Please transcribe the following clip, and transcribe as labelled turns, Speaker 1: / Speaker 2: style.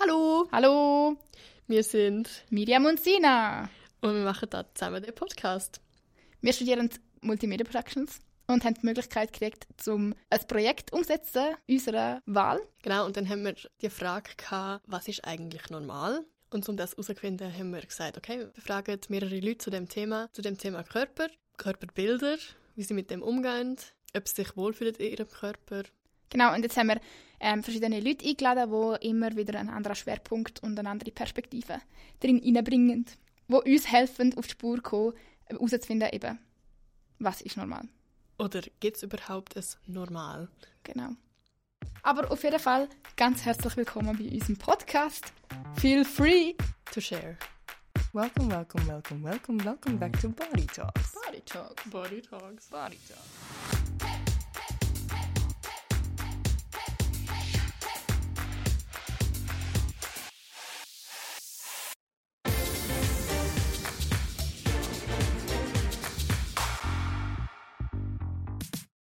Speaker 1: Hallo,
Speaker 2: Hallo,
Speaker 1: wir sind
Speaker 2: Miriam und Sina.
Speaker 1: und wir machen da zusammen den Podcast.
Speaker 2: Wir studieren Multimedia Productions und haben die Möglichkeit gekriegt, zum ein Projekt umsetzen unserer Wahl.
Speaker 1: Genau, und dann haben wir die Frage gehabt, was ist eigentlich normal? Und um das herauszufinden, haben wir gesagt, okay, wir fragen mehrere Leute zu dem Thema, zu dem Thema Körper, Körperbilder, wie sie mit dem umgehen, ob sie sich wohlfühlen in ihrem Körper.
Speaker 2: Genau, und jetzt haben wir ähm, verschiedene Leute eingeladen, die immer wieder einen anderen Schwerpunkt und eine andere Perspektive drin reinbringen, die uns helfen, auf die Spur zu kommen, herauszufinden, eben, was ist normal.
Speaker 1: Oder gibt es überhaupt ein Normal?
Speaker 2: Genau. Aber auf jeden Fall ganz herzlich willkommen bei unserem Podcast. Feel free!
Speaker 1: To share.
Speaker 3: Welcome, welcome, welcome, welcome, welcome back to Body Talks.
Speaker 2: Party Talk.
Speaker 1: Body Talks.
Speaker 3: Body Talks.